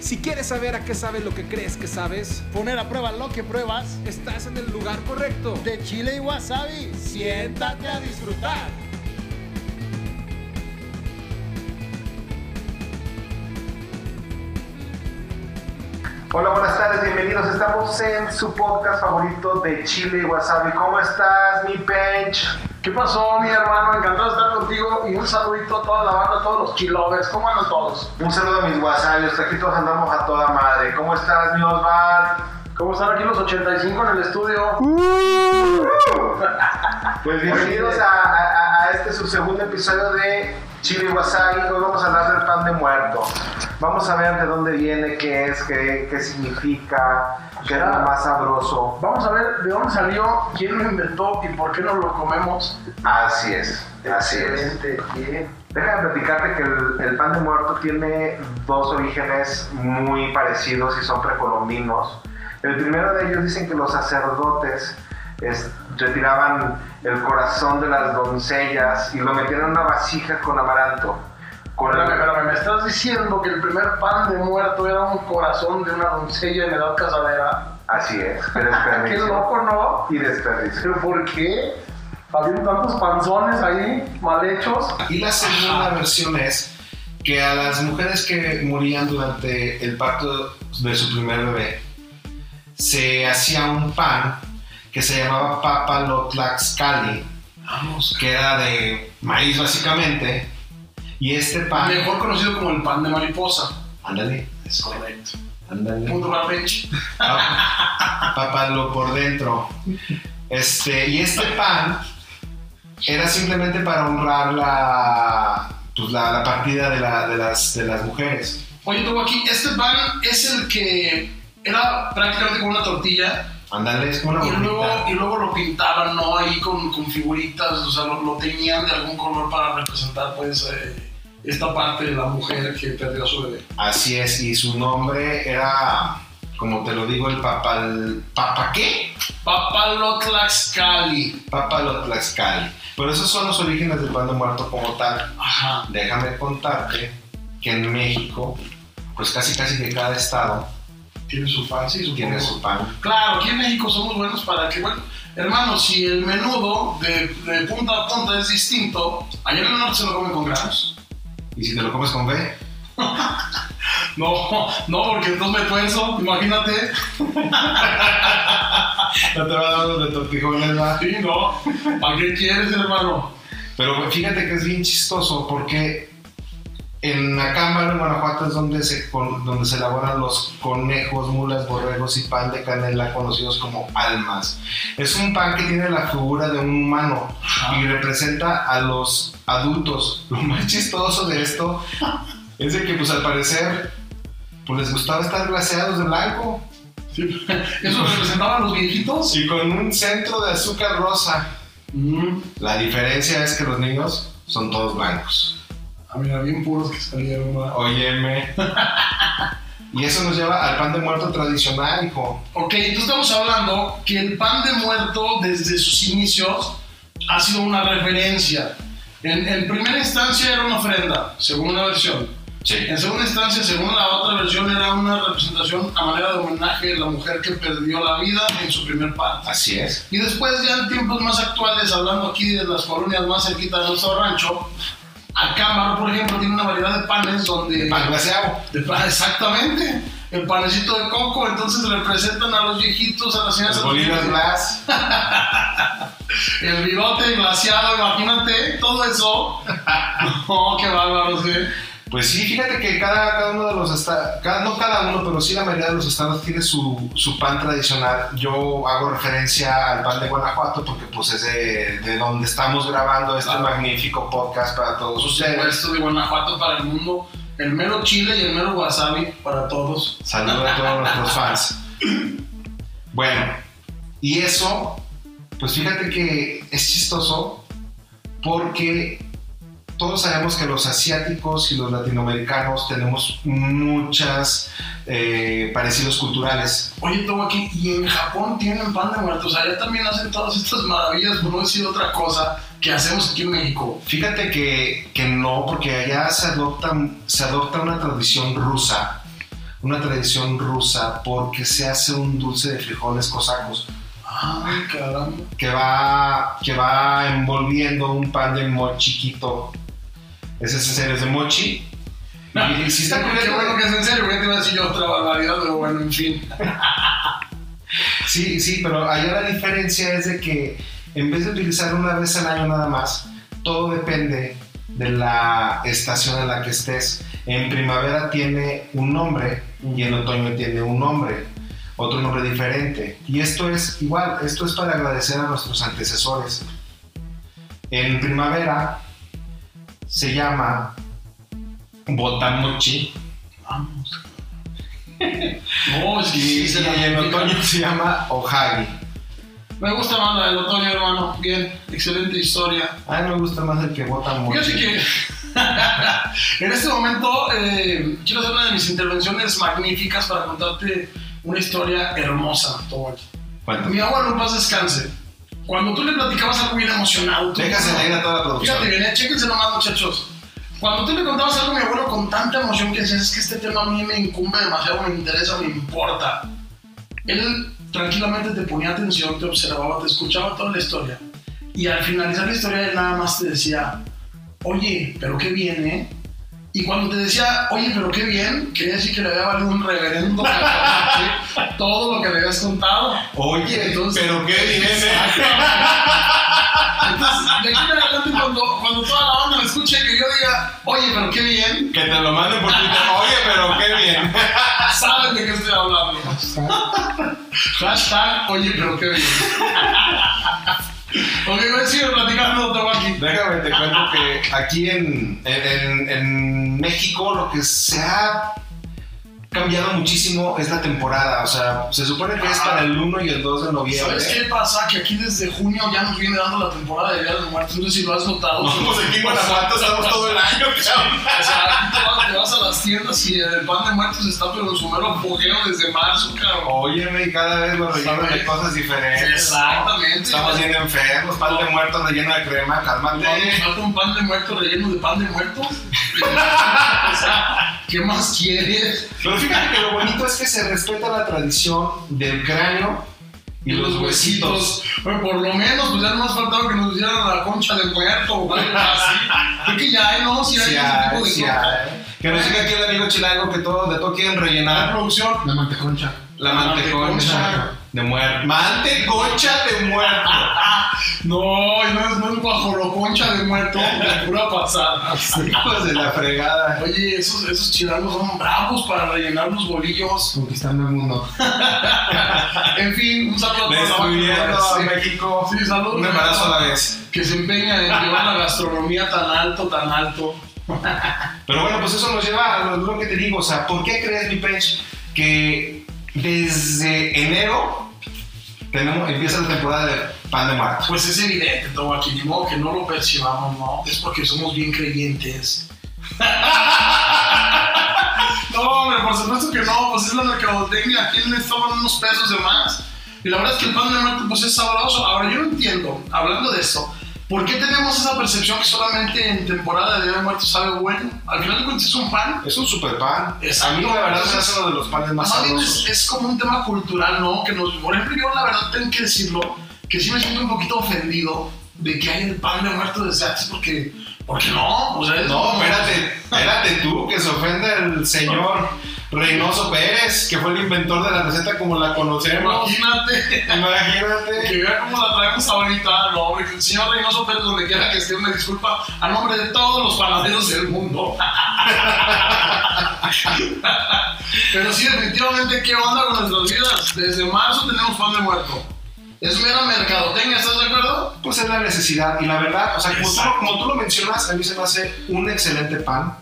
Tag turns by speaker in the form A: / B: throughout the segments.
A: Si quieres saber a qué sabes lo que crees que sabes,
B: Poner a prueba lo que pruebas
A: estás en el lugar correcto.
B: de chile y wasabi. Siéntate a disfrutar.
C: Hola, buenas tardes, bienvenidos. Estamos en su podcast favorito de Chile y Wasabi. ¿Cómo estás, mi Pench?
D: ¿Qué pasó, mi hermano? Encantado de estar contigo y un saludito a toda la banda, a todos los chilovers. ¿Cómo andan todos?
C: Un saludo a mis wasabios, aquí todos andamos a toda madre. ¿Cómo estás, mi Osvald?
D: ¿Cómo están aquí los 85 en el estudio?
C: Pues bienvenidos a, a- a- a este su segundo episodio de Chile y Wasabi. Hoy vamos a hablar del pan de muerto. Vamos a ver de dónde viene, qué es, qué, qué significa, qué es lo más sabroso.
D: Vamos a ver de dónde salió, quién lo inventó y por qué nos lo comemos.
C: Así es, así es.
D: Excelente, bien.
C: Déjame platicarte que el, el pan de muerto tiene dos orígenes muy parecidos y son precolombinos. El primero de ellos dicen que los sacerdotes es- retiraban el corazón de las doncellas y lo metían en una vasija con amaranto. Con
D: Espérame,
C: el-
D: espérame, me estás diciendo que el primer pan de muerto era un corazón de una doncella en edad casadera.
C: Así es, qué
D: Qué
C: desperdicio.
D: loco, ¿no?
C: y desperdicio.
D: ¿Pero por qué? Habían tantos panzones ahí, mal hechos.
E: Y la segunda versión es que a las mujeres que morían durante el parto de su primer bebé se hacía un pan que se llamaba papalotlaxcali, que era de maíz básicamente, y este pan,
D: Mejor conocido como el pan de mariposa.
E: ándale,
D: Es correcto.
E: ándale,
D: Punto para pecho.
E: pa- papalo por dentro, este, y este pan era simplemente para honrar la, pues, la, la partida de, la- de las, de las mujeres.
F: Oye, tengo aquí, este pan es el que era prácticamente como una tortilla
E: Ándale, es como una
F: y luego,
E: bolita.
F: y luego lo pintaban, ¿no? Ahí con, con figuritas, o sea, lo, lo teñían de algún color para representar, pues, eh, esta parte de la mujer que perdió a su bebé.
E: Así es, y su nombre era, como te lo digo, el papal... ¿Papa qué?
F: Papalotlaxcali.
E: Papalotlaxcali. Pero esos son los orígenes del pan de muerto como tal.
F: Ajá.
E: Déjame contarte que en México, pues casi casi que cada estado
F: Tiene su fan, sí, supongo.
E: tiene su pan.
F: Claro, aquí en México somos buenos para que, bueno, hermano, si el menudo de, de punta a punta es distinto, allá en el norte se lo comen con granos.
E: Y si te lo comes con B,
F: No, no, porque entonces me tuerzo, imagínate.
E: no te va a dar los de tortijones, ¿verdad?
F: Sí, no. ¿Para qué quieres, hermano?
E: Pero fíjate que es bien chistoso porque en Acámbaro, en Guanajuato, es donde se, con- donde se elaboran los conejos, mulas, borregos y pan de canela conocidos como almas. Es un pan que tiene la figura de un humano
F: Ah.
E: y representa a los adultos. Lo más chistoso de esto es de que, pues al parecer, pues les gustaba estar glaseados de blanco
F: Sí, ¿Eso representaban los viejitos?
E: y con un centro de azúcar rosa.
F: Mm,
E: La diferencia es que los niños son todos blancos.
F: ah, mira, bien puros que salieron. ¿verdad?
E: Óyeme. y eso nos lleva al pan de muerto tradicional, hijo.
F: Ok, entonces estamos hablando que el pan de muerto desde sus inicios ha sido una referencia. En, en primera instancia era una ofrenda, según una versión.
E: Sí.
F: En segunda instancia, según la otra versión, era una representación a manera de homenaje a la mujer que perdió la vida en su primer parto.
E: Así es.
F: Y después, ya en tiempos más actuales, hablando aquí de las colonias más cerquitas de nuestro rancho, Acámbaro, por ejemplo, tiene una variedad de panes donde.
E: Pan glaseado.
F: de pan- exactamente. El panecito de coco, entonces representan a los viejitos, a las señoras.
E: Las bolitas blas.
F: El bigote glaciado, imagínate, todo eso. no, qué bárbaro, sí.
E: Pues sí, fíjate que cada, cada uno de los estados, no cada uno, pero sí la mayoría de los estados tiene su, su pan tradicional. Yo hago referencia al pan de Guanajuato porque pues es de, de donde estamos grabando este
F: Claro.
E: magnífico podcast para todos ustedes.
F: Puesto de Guanajuato para el mundo, el mero chile y el mero wasabi para todos.
E: Saludos a todos nuestros fans. Bueno, y eso, pues fíjate que es chistoso porque todos sabemos que los asiáticos y los latinoamericanos tenemos muchas eh, parecidos culturales.
F: Oye, tengo aquí, y en Japón tienen pan de muertos. Allá también hacen todas estas maravillas, por no decir otra cosa, que hacemos aquí en México.
E: Fíjate que, que no, porque allá se adopta, se adopta una tradición rusa una tradición rusa porque se hace un dulce de frijoles cosacos
F: Ay, caramba.
E: que va, que va envolviendo un pan de mochi chiquito. Ese es ese es de mochi. Y si está
F: Qué
E: cubierto de-
F: bueno que es en serio, porque te iba a decir yo otra barbaridad, pero bueno, en fin.
E: Sí, sí, pero allá la diferencia es de que en vez de utilizar una vez al año nada más, todo depende de la estación en la que estés. En primavera tiene un nombre y en otoño tiene un nombre, otro nombre diferente. Y esto es igual, esto es para agradecer a nuestros antecesores. En primavera se llama Botamochi
F: Vamos. No, es que
E: y,
F: sí se la
E: y en
F: complica.
E: otoño se llama Ohagi.
F: Me gusta más la del otoño, hermano. Bien, excelente historia.
E: A mí me gusta más el que Botamochi.
F: Fíjate que en este momento eh, quiero hacer una de mis intervenciones magníficas para contarte una historia hermosa, Tobaki.
E: Cuéntame.
F: Mi abuelo, en paz descanse. Cuando tú le platicabas algo bien emocionado, tú-
E: Déjase leer a toda la producción.
F: Fíjate bien, eh, chéquense nomás, muchachos. Cuando tú le contabas algo a mi abuelo con tanta emoción que decías, es que este tema a mí me incumbe demasiado, me interesa, me importa. Él tranquilamente te ponía atención, te observaba, te escuchaba toda la historia. Y al finalizar la historia, él nada más te decía, oye, pero qué bien, ¿eh? Y cuando te decía, oye, pero qué bien, quería decir que le había valido un reverendo ¿sí? todo lo que le habías contado.
E: Oye,
F: Entonces-
E: pero qué bien, ¿eh?
F: Entonces, de aquí en adelante, cuando, cuando toda la banda me escuche, que yo diga, oye, pero qué bien,
E: Que te lo manden por Twitter. Oye, pero qué bien.
F: saben de qué estoy hablando. Hashtag, oye, pero qué bien. ok, voy a seguir platicando, Tawaki.
E: Déjame te cuento que aquí en, en- en México lo que se ha cambiado muchísimo es la temporada. O sea, se supone que es para el 1 y el 2 de noviembre.
F: ¿Sabes qué pasa? Que aquí desde junio ya nos viene dando la temporada de Día de los Muertos. No sé si lo has notado.
E: No, pues aquí en Guanajuato estamos todo el año, cabrón.
F: O sea, aquí te vas, te vas a las tiendas y el pan de muertos está pero en su mero apogeo desde marzo, cabrón.
E: Óyeme, y cada vez nos rellenan de cosas diferentes.
F: Exactamente.
E: Estamos bien enfermos, pan de muerto relleno de crema,
F: No, me
E: cálmate.
F: falta un pan de muerto relleno de pan de muerto. o sea, ¿qué más quieres?
E: Pero fíjate que lo bonito es que se respeta la tradición del cráneo y los huesitos.
F: Bueno, por lo menos, pues ya no más faltaba que nos dieran la concha de muerto o algo así. Creo que ya hay, ¿no? Si hay
E: Sí,
F: ese
E: hay,
F: tipo de
E: sí,
F: cosas.
E: hay. Que nos diga aquí el amigo chilango que todo, de todo quieren
F: La
E: rellenar
F: producción.
B: La manteconcha.
E: la
F: La
E: manteconcha
F: manteconcha.
E: de muerto. Manteconcha de muerto.
F: No, y no es, no es bajo la concha de muerto, la pura
E: Ah,
F: pasada.
E: Hijos de la fregada.
F: Oye, esos, esos chilangos son bravos para rellenar los bolillos.
B: Conquistando el mundo.
F: En fin, un saludo a toda la
E: Destruyendo a
F: banda.
E: México.
F: Sí, saludos.
E: Un embarazo a la vez.
F: que se empeña en llevar la gastronomía tan alto, tan alto.
E: Pero bueno, pues eso nos lleva a lo que te digo. O sea, ¿por qué crees, mi pech, que desde enero tenemos, empieza la temporada de pan de muerto?
F: Pues es evidente, todo aquí, ni modo que no lo percibamos, ¿no? Es porque somos bien creyentes. no, hombre, por supuesto que no, pues es la mercadotecnia, aquí le estaban unos pesos de más. Y la verdad es que el pan de muerto pues es sabroso. Ahora yo no entiendo, hablando de esto, ¿por qué tenemos esa percepción que solamente en temporada de Día de Muertos sabe bueno? Al final de cuentas es un pan.
E: Es un super pan.
F: Exacto.
E: A mí, la verdad, se
F: Entonces,
E: hace uno de los panes más
F: Más bien
E: sabrosos.
F: es, es como un tema cultural, ¿no? Que nos, por ejemplo, yo la verdad tengo que decirlo, que sí me siento un poquito ofendido de que hay el pan de muerto desde antes, porque, porque no, o sea, es-
E: No, espérate, espérate tú, que se ofende el señor Reynoso Pérez, que fue el inventor de la receta como la conocemos.
F: Imagínate que
E: Imagínate.
F: vea cómo la traemos ahorita, no, hombre, que el señor Reynoso Pérez, donde quiera que esté, una disculpa a nombre de todos los panaderos del mundo. Pero sí, definitivamente, ¿qué onda con nuestras vidas? Desde marzo tenemos pan de muerto. Es mera mercadotecnia, ¿estás de acuerdo?
E: Pues es la necesidad, y la verdad, o sea, como tú, lo- como tú lo mencionas, a mí se me hace un excelente pan.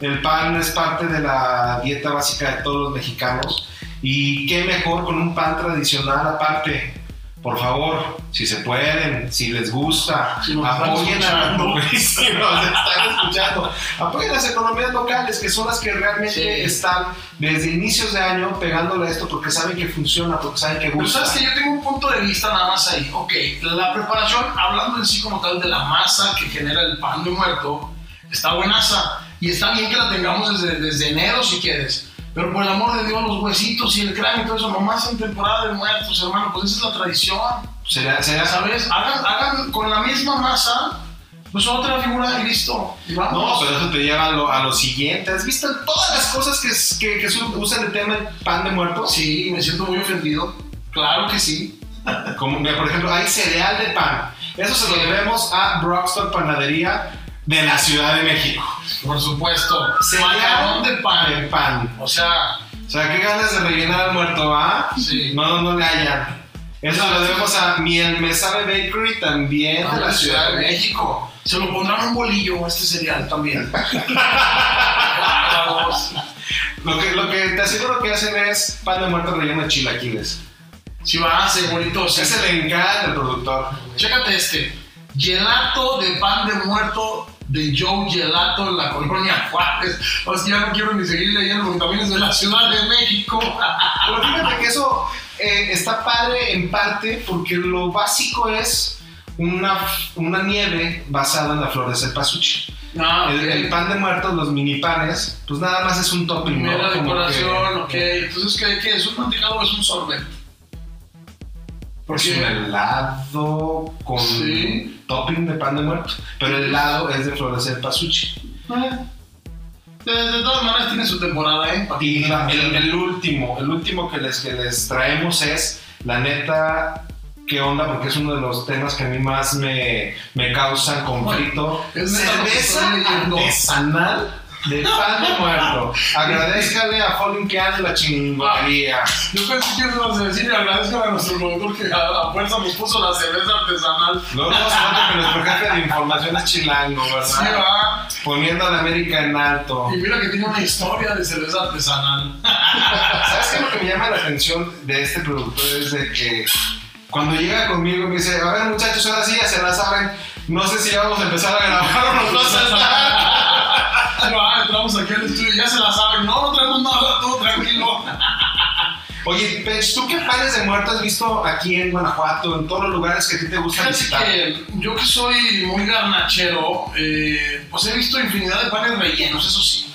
E: El pan es parte de la dieta básica de todos los mexicanos, y qué mejor con un pan tradicional aparte. Por favor, si se pueden, si les gusta,
F: Si nos están
E: apoyen a
F: escuchando.
E: si nos están escuchando. Apoyen las economías locales, que son las que realmente
F: Sí.
E: están desde inicios de año pegándole a esto porque saben que funciona, porque saben que
F: Pero
E: gusta.
F: sabes que yo tengo un punto de vista nada más ahí. Ok, la preparación, hablando en sí como tal de la masa que genera el pan de muerto, está buenaza. Y está bien que la tengamos desde, desde enero si quieres. Pero por el amor de Dios, los huesitos y el cráneo y todo eso, nomás en temporada de muertos, hermano, pues esa es la tradición.
E: Será,
F: Ya
E: será
F: sabes, hagan, hagan con la misma masa, pues otra figura de Cristo. Y
E: No,
F: vamos.
E: pero eso te lleva a lo, a lo siguiente. ¿Has visto todas las cosas que, s- que, que su- usan el tema del pan de muerto?
F: Sí, me siento muy ofendido. Claro que sí.
E: Como, mira, por ejemplo, hay cereal de pan. Eso se lo debemos a Brockstone Panadería de la Ciudad de México.
F: Por supuesto.
E: Cereal
F: Macarrón de pan.
E: de pan.
F: O sea,
E: O sea, qué ganas de rellenar al muerto, ¿va?
F: sí.
E: No, no, no le hayan. Eso lo debemos a Miel Me Sabe Bakery también
F: Ah,
E: de la Ciudad de México.
F: Se lo pondrán un bolillo a este cereal también.
E: Lo que, lo que te aseguro que hacen es pan de muerto relleno de chilaquiles.
F: Si va, segurito. sí.
E: Ese le encanta al productor.
F: Chécate este. Gelato de pan de muerto de Joe Gelato en la colonia Juárez. O sea, ya no quiero ni seguir leyendo porque también es de la Ciudad de México.
E: Pero fíjate que eso eh, está padre en parte porque lo básico es una, una nieve basada en la flor de cempasúchil.
F: Ah,
E: El, el pan de muertos, los mini panes, pues nada más es un topping, ¿no?
F: Primera
E: Como eh.
F: decoración,
E: que-
F: ok. Entonces, ¿qué, qué es? ¿Un mantecado o es un sorbet?
E: Es pues un helado con
F: Sí.
E: topping de pan de muerto, pero el helado es de flor de cempasúchil.
F: Eh, De, Eh, de todas maneras, tiene su temporada, ¿eh?
E: Y la- el, el último, el último que les, que les traemos es, la neta, ¿qué onda? Porque es uno de los temas que a mí más me, me causan conflicto.
F: Es neta lo que estoy leyendo.
E: artesanal de pan de muerto. Agradezcale a Falling Can la chingonería.
F: Yo pensé que ibas a decir y agradezco a nuestro productor que a la fuerza nos puso la cerveza artesanal.
E: Luego se nota que nuestro jefe de información es chilango,
F: Sí,
E: ¿verdad?
F: va.
E: Poniendo a la América en alto.
F: Y mira que tiene una historia de cerveza artesanal.
E: ¿Sabes qué? Lo que me llama la atención de este productor es de que cuando llega conmigo me dice, a ver muchachos, ahora sí ya se la saben, no sé si vamos a empezar a grabar o nos vas a estar.
F: Sí, va, entramos aquí al estudio, ya se la saben. No, no traemos nada, todo tranquilo.
E: Oye, Pech, ¿tú qué panes de muerto has visto aquí en Guanajuato, en todos los lugares que a ti te gusta
F: Fíjate
E: visitar?
F: que yo que soy muy garnachero, eh, pues he visto infinidad de panes rellenos, eso sí.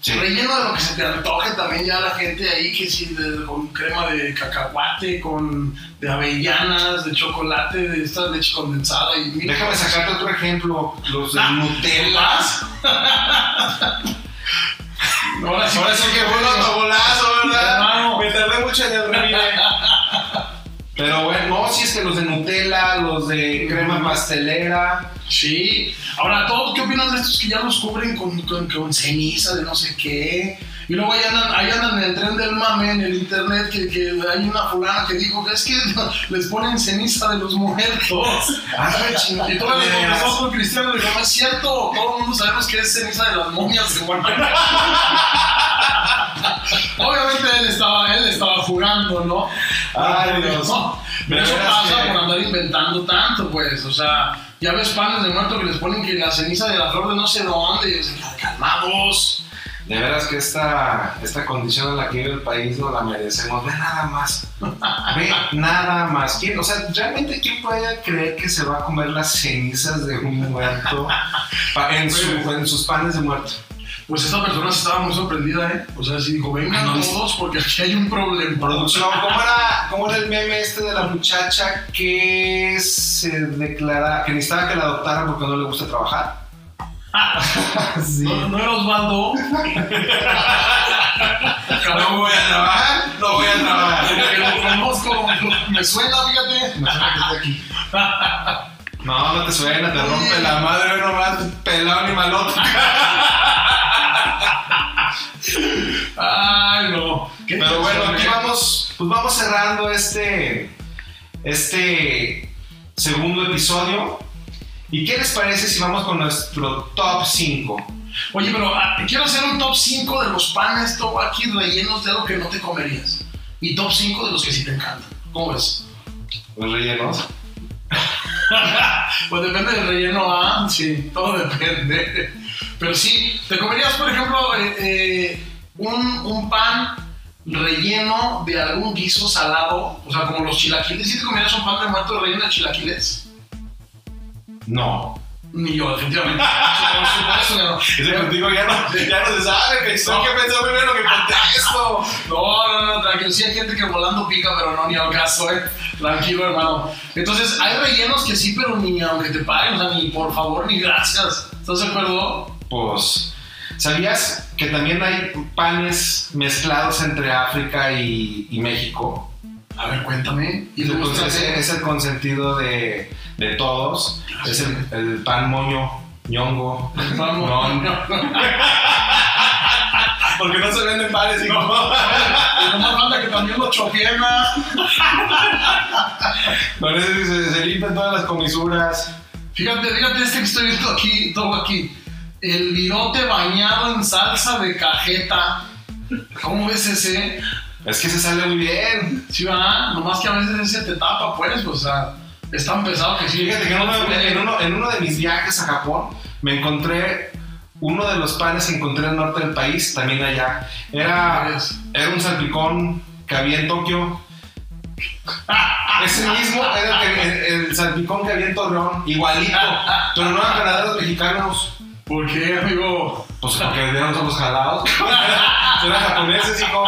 E: Sí.
F: Relleno de lo que se te antoje también ya la gente ahí, que sí, de- con crema de cacahuate, con de avellanas, de chocolate, de esta leche condensada y mil
E: Déjame
F: cosas.
E: sacarte otro ejemplo, los
F: Ah.
E: de Nutella.
F: ¿Telas? Ahora sí,
E: Ahora sí que fue un autobolazo, ¿verdad?
F: Hermano.
E: Me tardé mucho en el revive. Pero bueno, no, si es que los de Nutella, los de crema pastelera.
F: Sí. Ahora, ¿todo, ¿qué opinas de estos que ya los cubren con, con- con ceniza de no sé qué? Y luego ahí andan, ahí andan en el tren del mame, en el internet, que, que hay una fulana que dijo que es que les ponen ceniza de los muertos.
E: Ay, chingada.
F: Y todos los nosotros cristianos dijo, no es cierto, todo el mundo sabemos que es ceniza de las momias de Guanajuato. Obviamente él estaba, él estaba jurando, ¿no?
E: Ay, Dios.
F: No,
E: De
F: pero eso
E: veras
F: pasa
E: que-
F: por andar inventando tanto, pues, o sea, ya ves panes de muerto que les ponen que la ceniza de la flor de no sé dónde, y yo sé, calmados.
E: De veras que esta, esta condición en la que vive el país no la merecemos. Ve nada más. Ve nada más. ¿Quién- o sea, ¿realmente quién puede creer que se va a comer las cenizas de un muerto pa- en, su- en sus panes de muerto?
F: Pues esta persona se estaba muy sorprendida, ¿eh? O sea, sí dijo, vengan todos porque aquí hay un problema.
E: Producción, ¿cómo era, ¿cómo era el meme este de la muchacha que se declara que necesitaba que la adoptaran porque no le gusta trabajar? Sí.
F: No, no era Osvaldo. Caramba,
E: voy a trabajar, no voy a trabajar.
F: que lo conozco, me suena, fíjate.
E: Me suena que está aquí. No, no te suena, te rompe la madre, no vas pelado ni malote.
F: Ay, no. Qué
E: Pero bueno,
F: tristeza,
E: aquí
F: ¿eh?
E: vamos, pues vamos cerrando este, este segundo episodio. ¿Y qué les parece si vamos con nuestro top 5?
F: Oye, pero ah, quiero hacer un top 5 de los panes todo aquí rellenos de algo que no te comerías. Y top 5 de los que sí te encantan. ¿Cómo ves?
E: Los rellenos.
F: pues depende del relleno, ah, sí, todo depende. Pero sí, te comerías, por ejemplo, eh, eh, un, un pan relleno de algún guiso salado, o sea, como los chilaquiles. ¿Sí te comerías un pan de muerto relleno de chilaquiles?
E: No.
F: Ni yo, definitivamente. Por supuesto que no.
E: Ese contigo ya no, ya no se sabe, pensó que pensó primero que contesto.
F: No, no, no, tranquilo. Sí hay gente que volando pica, pero no, ni al caso, eh. Tranquilo, hermano. Entonces, hay rellenos que sí, pero ni aunque te paguen, o sea, ni por favor, ni gracias. ¿Estás de acuerdo?
E: Pues, ¿sabías que también hay panes mezclados entre África y, y México?
F: A ver, cuéntame. ¿Y te gusta
E: Entonces,
F: qué?
E: Pues, ese es el consentido de, de todos. Es el, el pan moño, ñongo.
F: Vamos.
E: Non. Porque no se venden panes, digo.
F: Y no más falta que también lo choquen, ah.
E: Con ese se, se limpian todas las comisuras.
F: Fíjate, fíjate este que estoy viendo aquí, todo aquí. El virote bañado en salsa de cajeta. ¿Cómo ves ese?
E: Es que se sale muy bien.
F: Sí, va, nomás que a veces ese te tapa, pues, o sea, es tan pesado que sí.
E: Fíjate que en uno, en uno- en uno de mis viajes a Japón me encontré uno de los panes que encontré al norte del país, también allá. Era, era un salpicón que había en Tokio. Ese mismo era el, que- el- el salpicón que había en Torreón, igualito, pero no eran verdaderos mexicanos.
F: ¿Por qué, amigo?
E: Pues porque vendieron todos los jalados. Eran japoneses, hijo.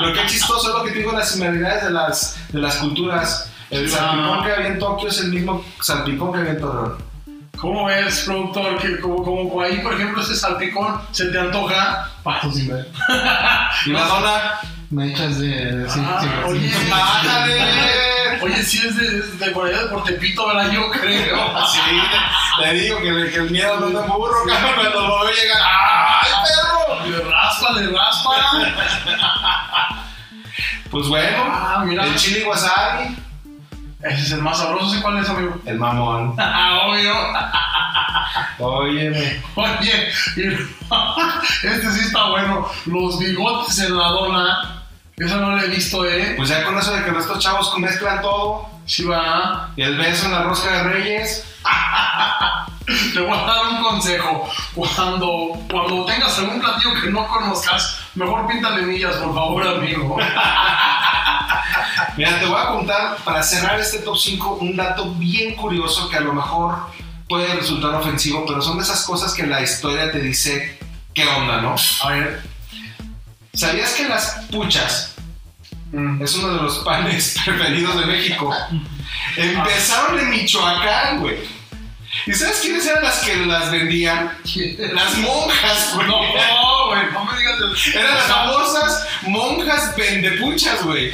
E: Lo que es chistoso es lo que te digo, las similaridades de las, de las culturas. El
F: Sí,
E: salpicón
F: ah.
E: que había en Tokio es el mismo salpicón que había en Torreón.
F: ¿Cómo ves, productor? Que como, como ahí, por ejemplo, ese salpicón se te antoja. Pato sin ver.
E: Y la zona.
B: Me echas de. Eh, Sí,
F: Ah,
B: sí,
F: oye.
B: sí.
E: ¡Ándale!
F: Oye, sí es de, de por allá de Portepito, ¿verdad? Yo creo.
E: Sí, te, te digo que, le- que el miedo no te burro, cabrón, cuando lo veo llegar. ¡Ay, perro!
F: Le raspa, le raspa.
E: Pues bueno,
F: Ah, mira.
E: el chili wasabi,
F: Ese es el más sabroso, ¿sí cuál es, amigo?
E: el mamón.
F: Ah, obvio.
E: Óyeme.
F: Oye, y- este sí está bueno. Los bigotes en la dona. Eso no lo he visto, ¿eh?
E: Pues ya con eso de que estos chavos mezclan todo,
F: Sí va.
E: y el beso en la rosca de Reyes,
F: Te voy a dar un consejo. Cuando, cuando tengas algún platillo que no conozcas, mejor píntale millas, por favor, amigo.
E: mira, te voy a contar para cerrar este top 5 un dato bien curioso que a lo mejor puede resultar ofensivo, pero son de esas cosas que la historia te dice qué onda, ¿no?
F: A ver.
E: ¿Sabías que las puchas
F: Mm.
E: Es uno de los panes preferidos de México. Empezaron en Michoacán, güey. ¿Y sabes quiénes eran las que las vendían? Las monjas, güey.
F: No, no, güey, no me digas eso.
E: Eran las
F: O sea,
E: famosas monjas vendepuchas, güey.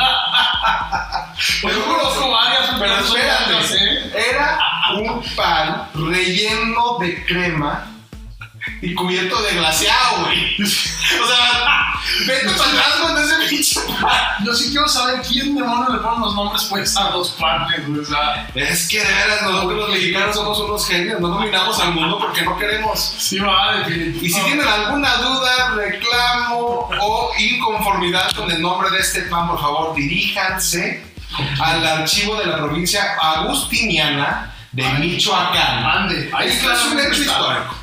F: pues Yo conozco varias,
E: Pero
F: no son tantas, ¿eh?
E: espérate, era un pan relleno de crema y cubierto de glaseado, güey. O sea, vete para atrás con ese pinche pan.
F: Yo sí quiero saber quién demonio le ponen los nombres pues a los panes, güey, o sea.
E: Es que de veras nosotros los mexicanos somos unos genios, no dominamos al mundo porque no queremos.
F: Sí va, definitivamente.
E: Y si tienen alguna duda, reclamo o inconformidad con el nombre de este pan, por favor, diríjanse al archivo de la provincia agustiniana de Michoacán.
F: Ande, ahí
E: Esto es un
F: claramente
E: hecho
F: está.
E: histórico.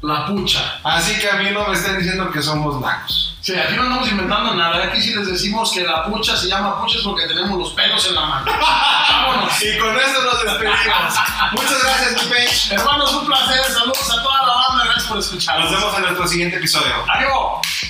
F: La pucha.
E: Así que a mí no me estén diciendo que somos nacos.
F: O sea, aquí no andamos inventando nada. Aquí si les decimos que la pucha se llama pucha es porque tenemos los pelos en la mano. Vámonos.
E: Y con esto nos despedimos. Muchas gracias, Tupesh.
F: Hermanos, un placer. Saludos a toda la banda. Gracias por
E: Nos
F: escucharnos.
E: vemos en nuestro siguiente episodio.
F: Adiós.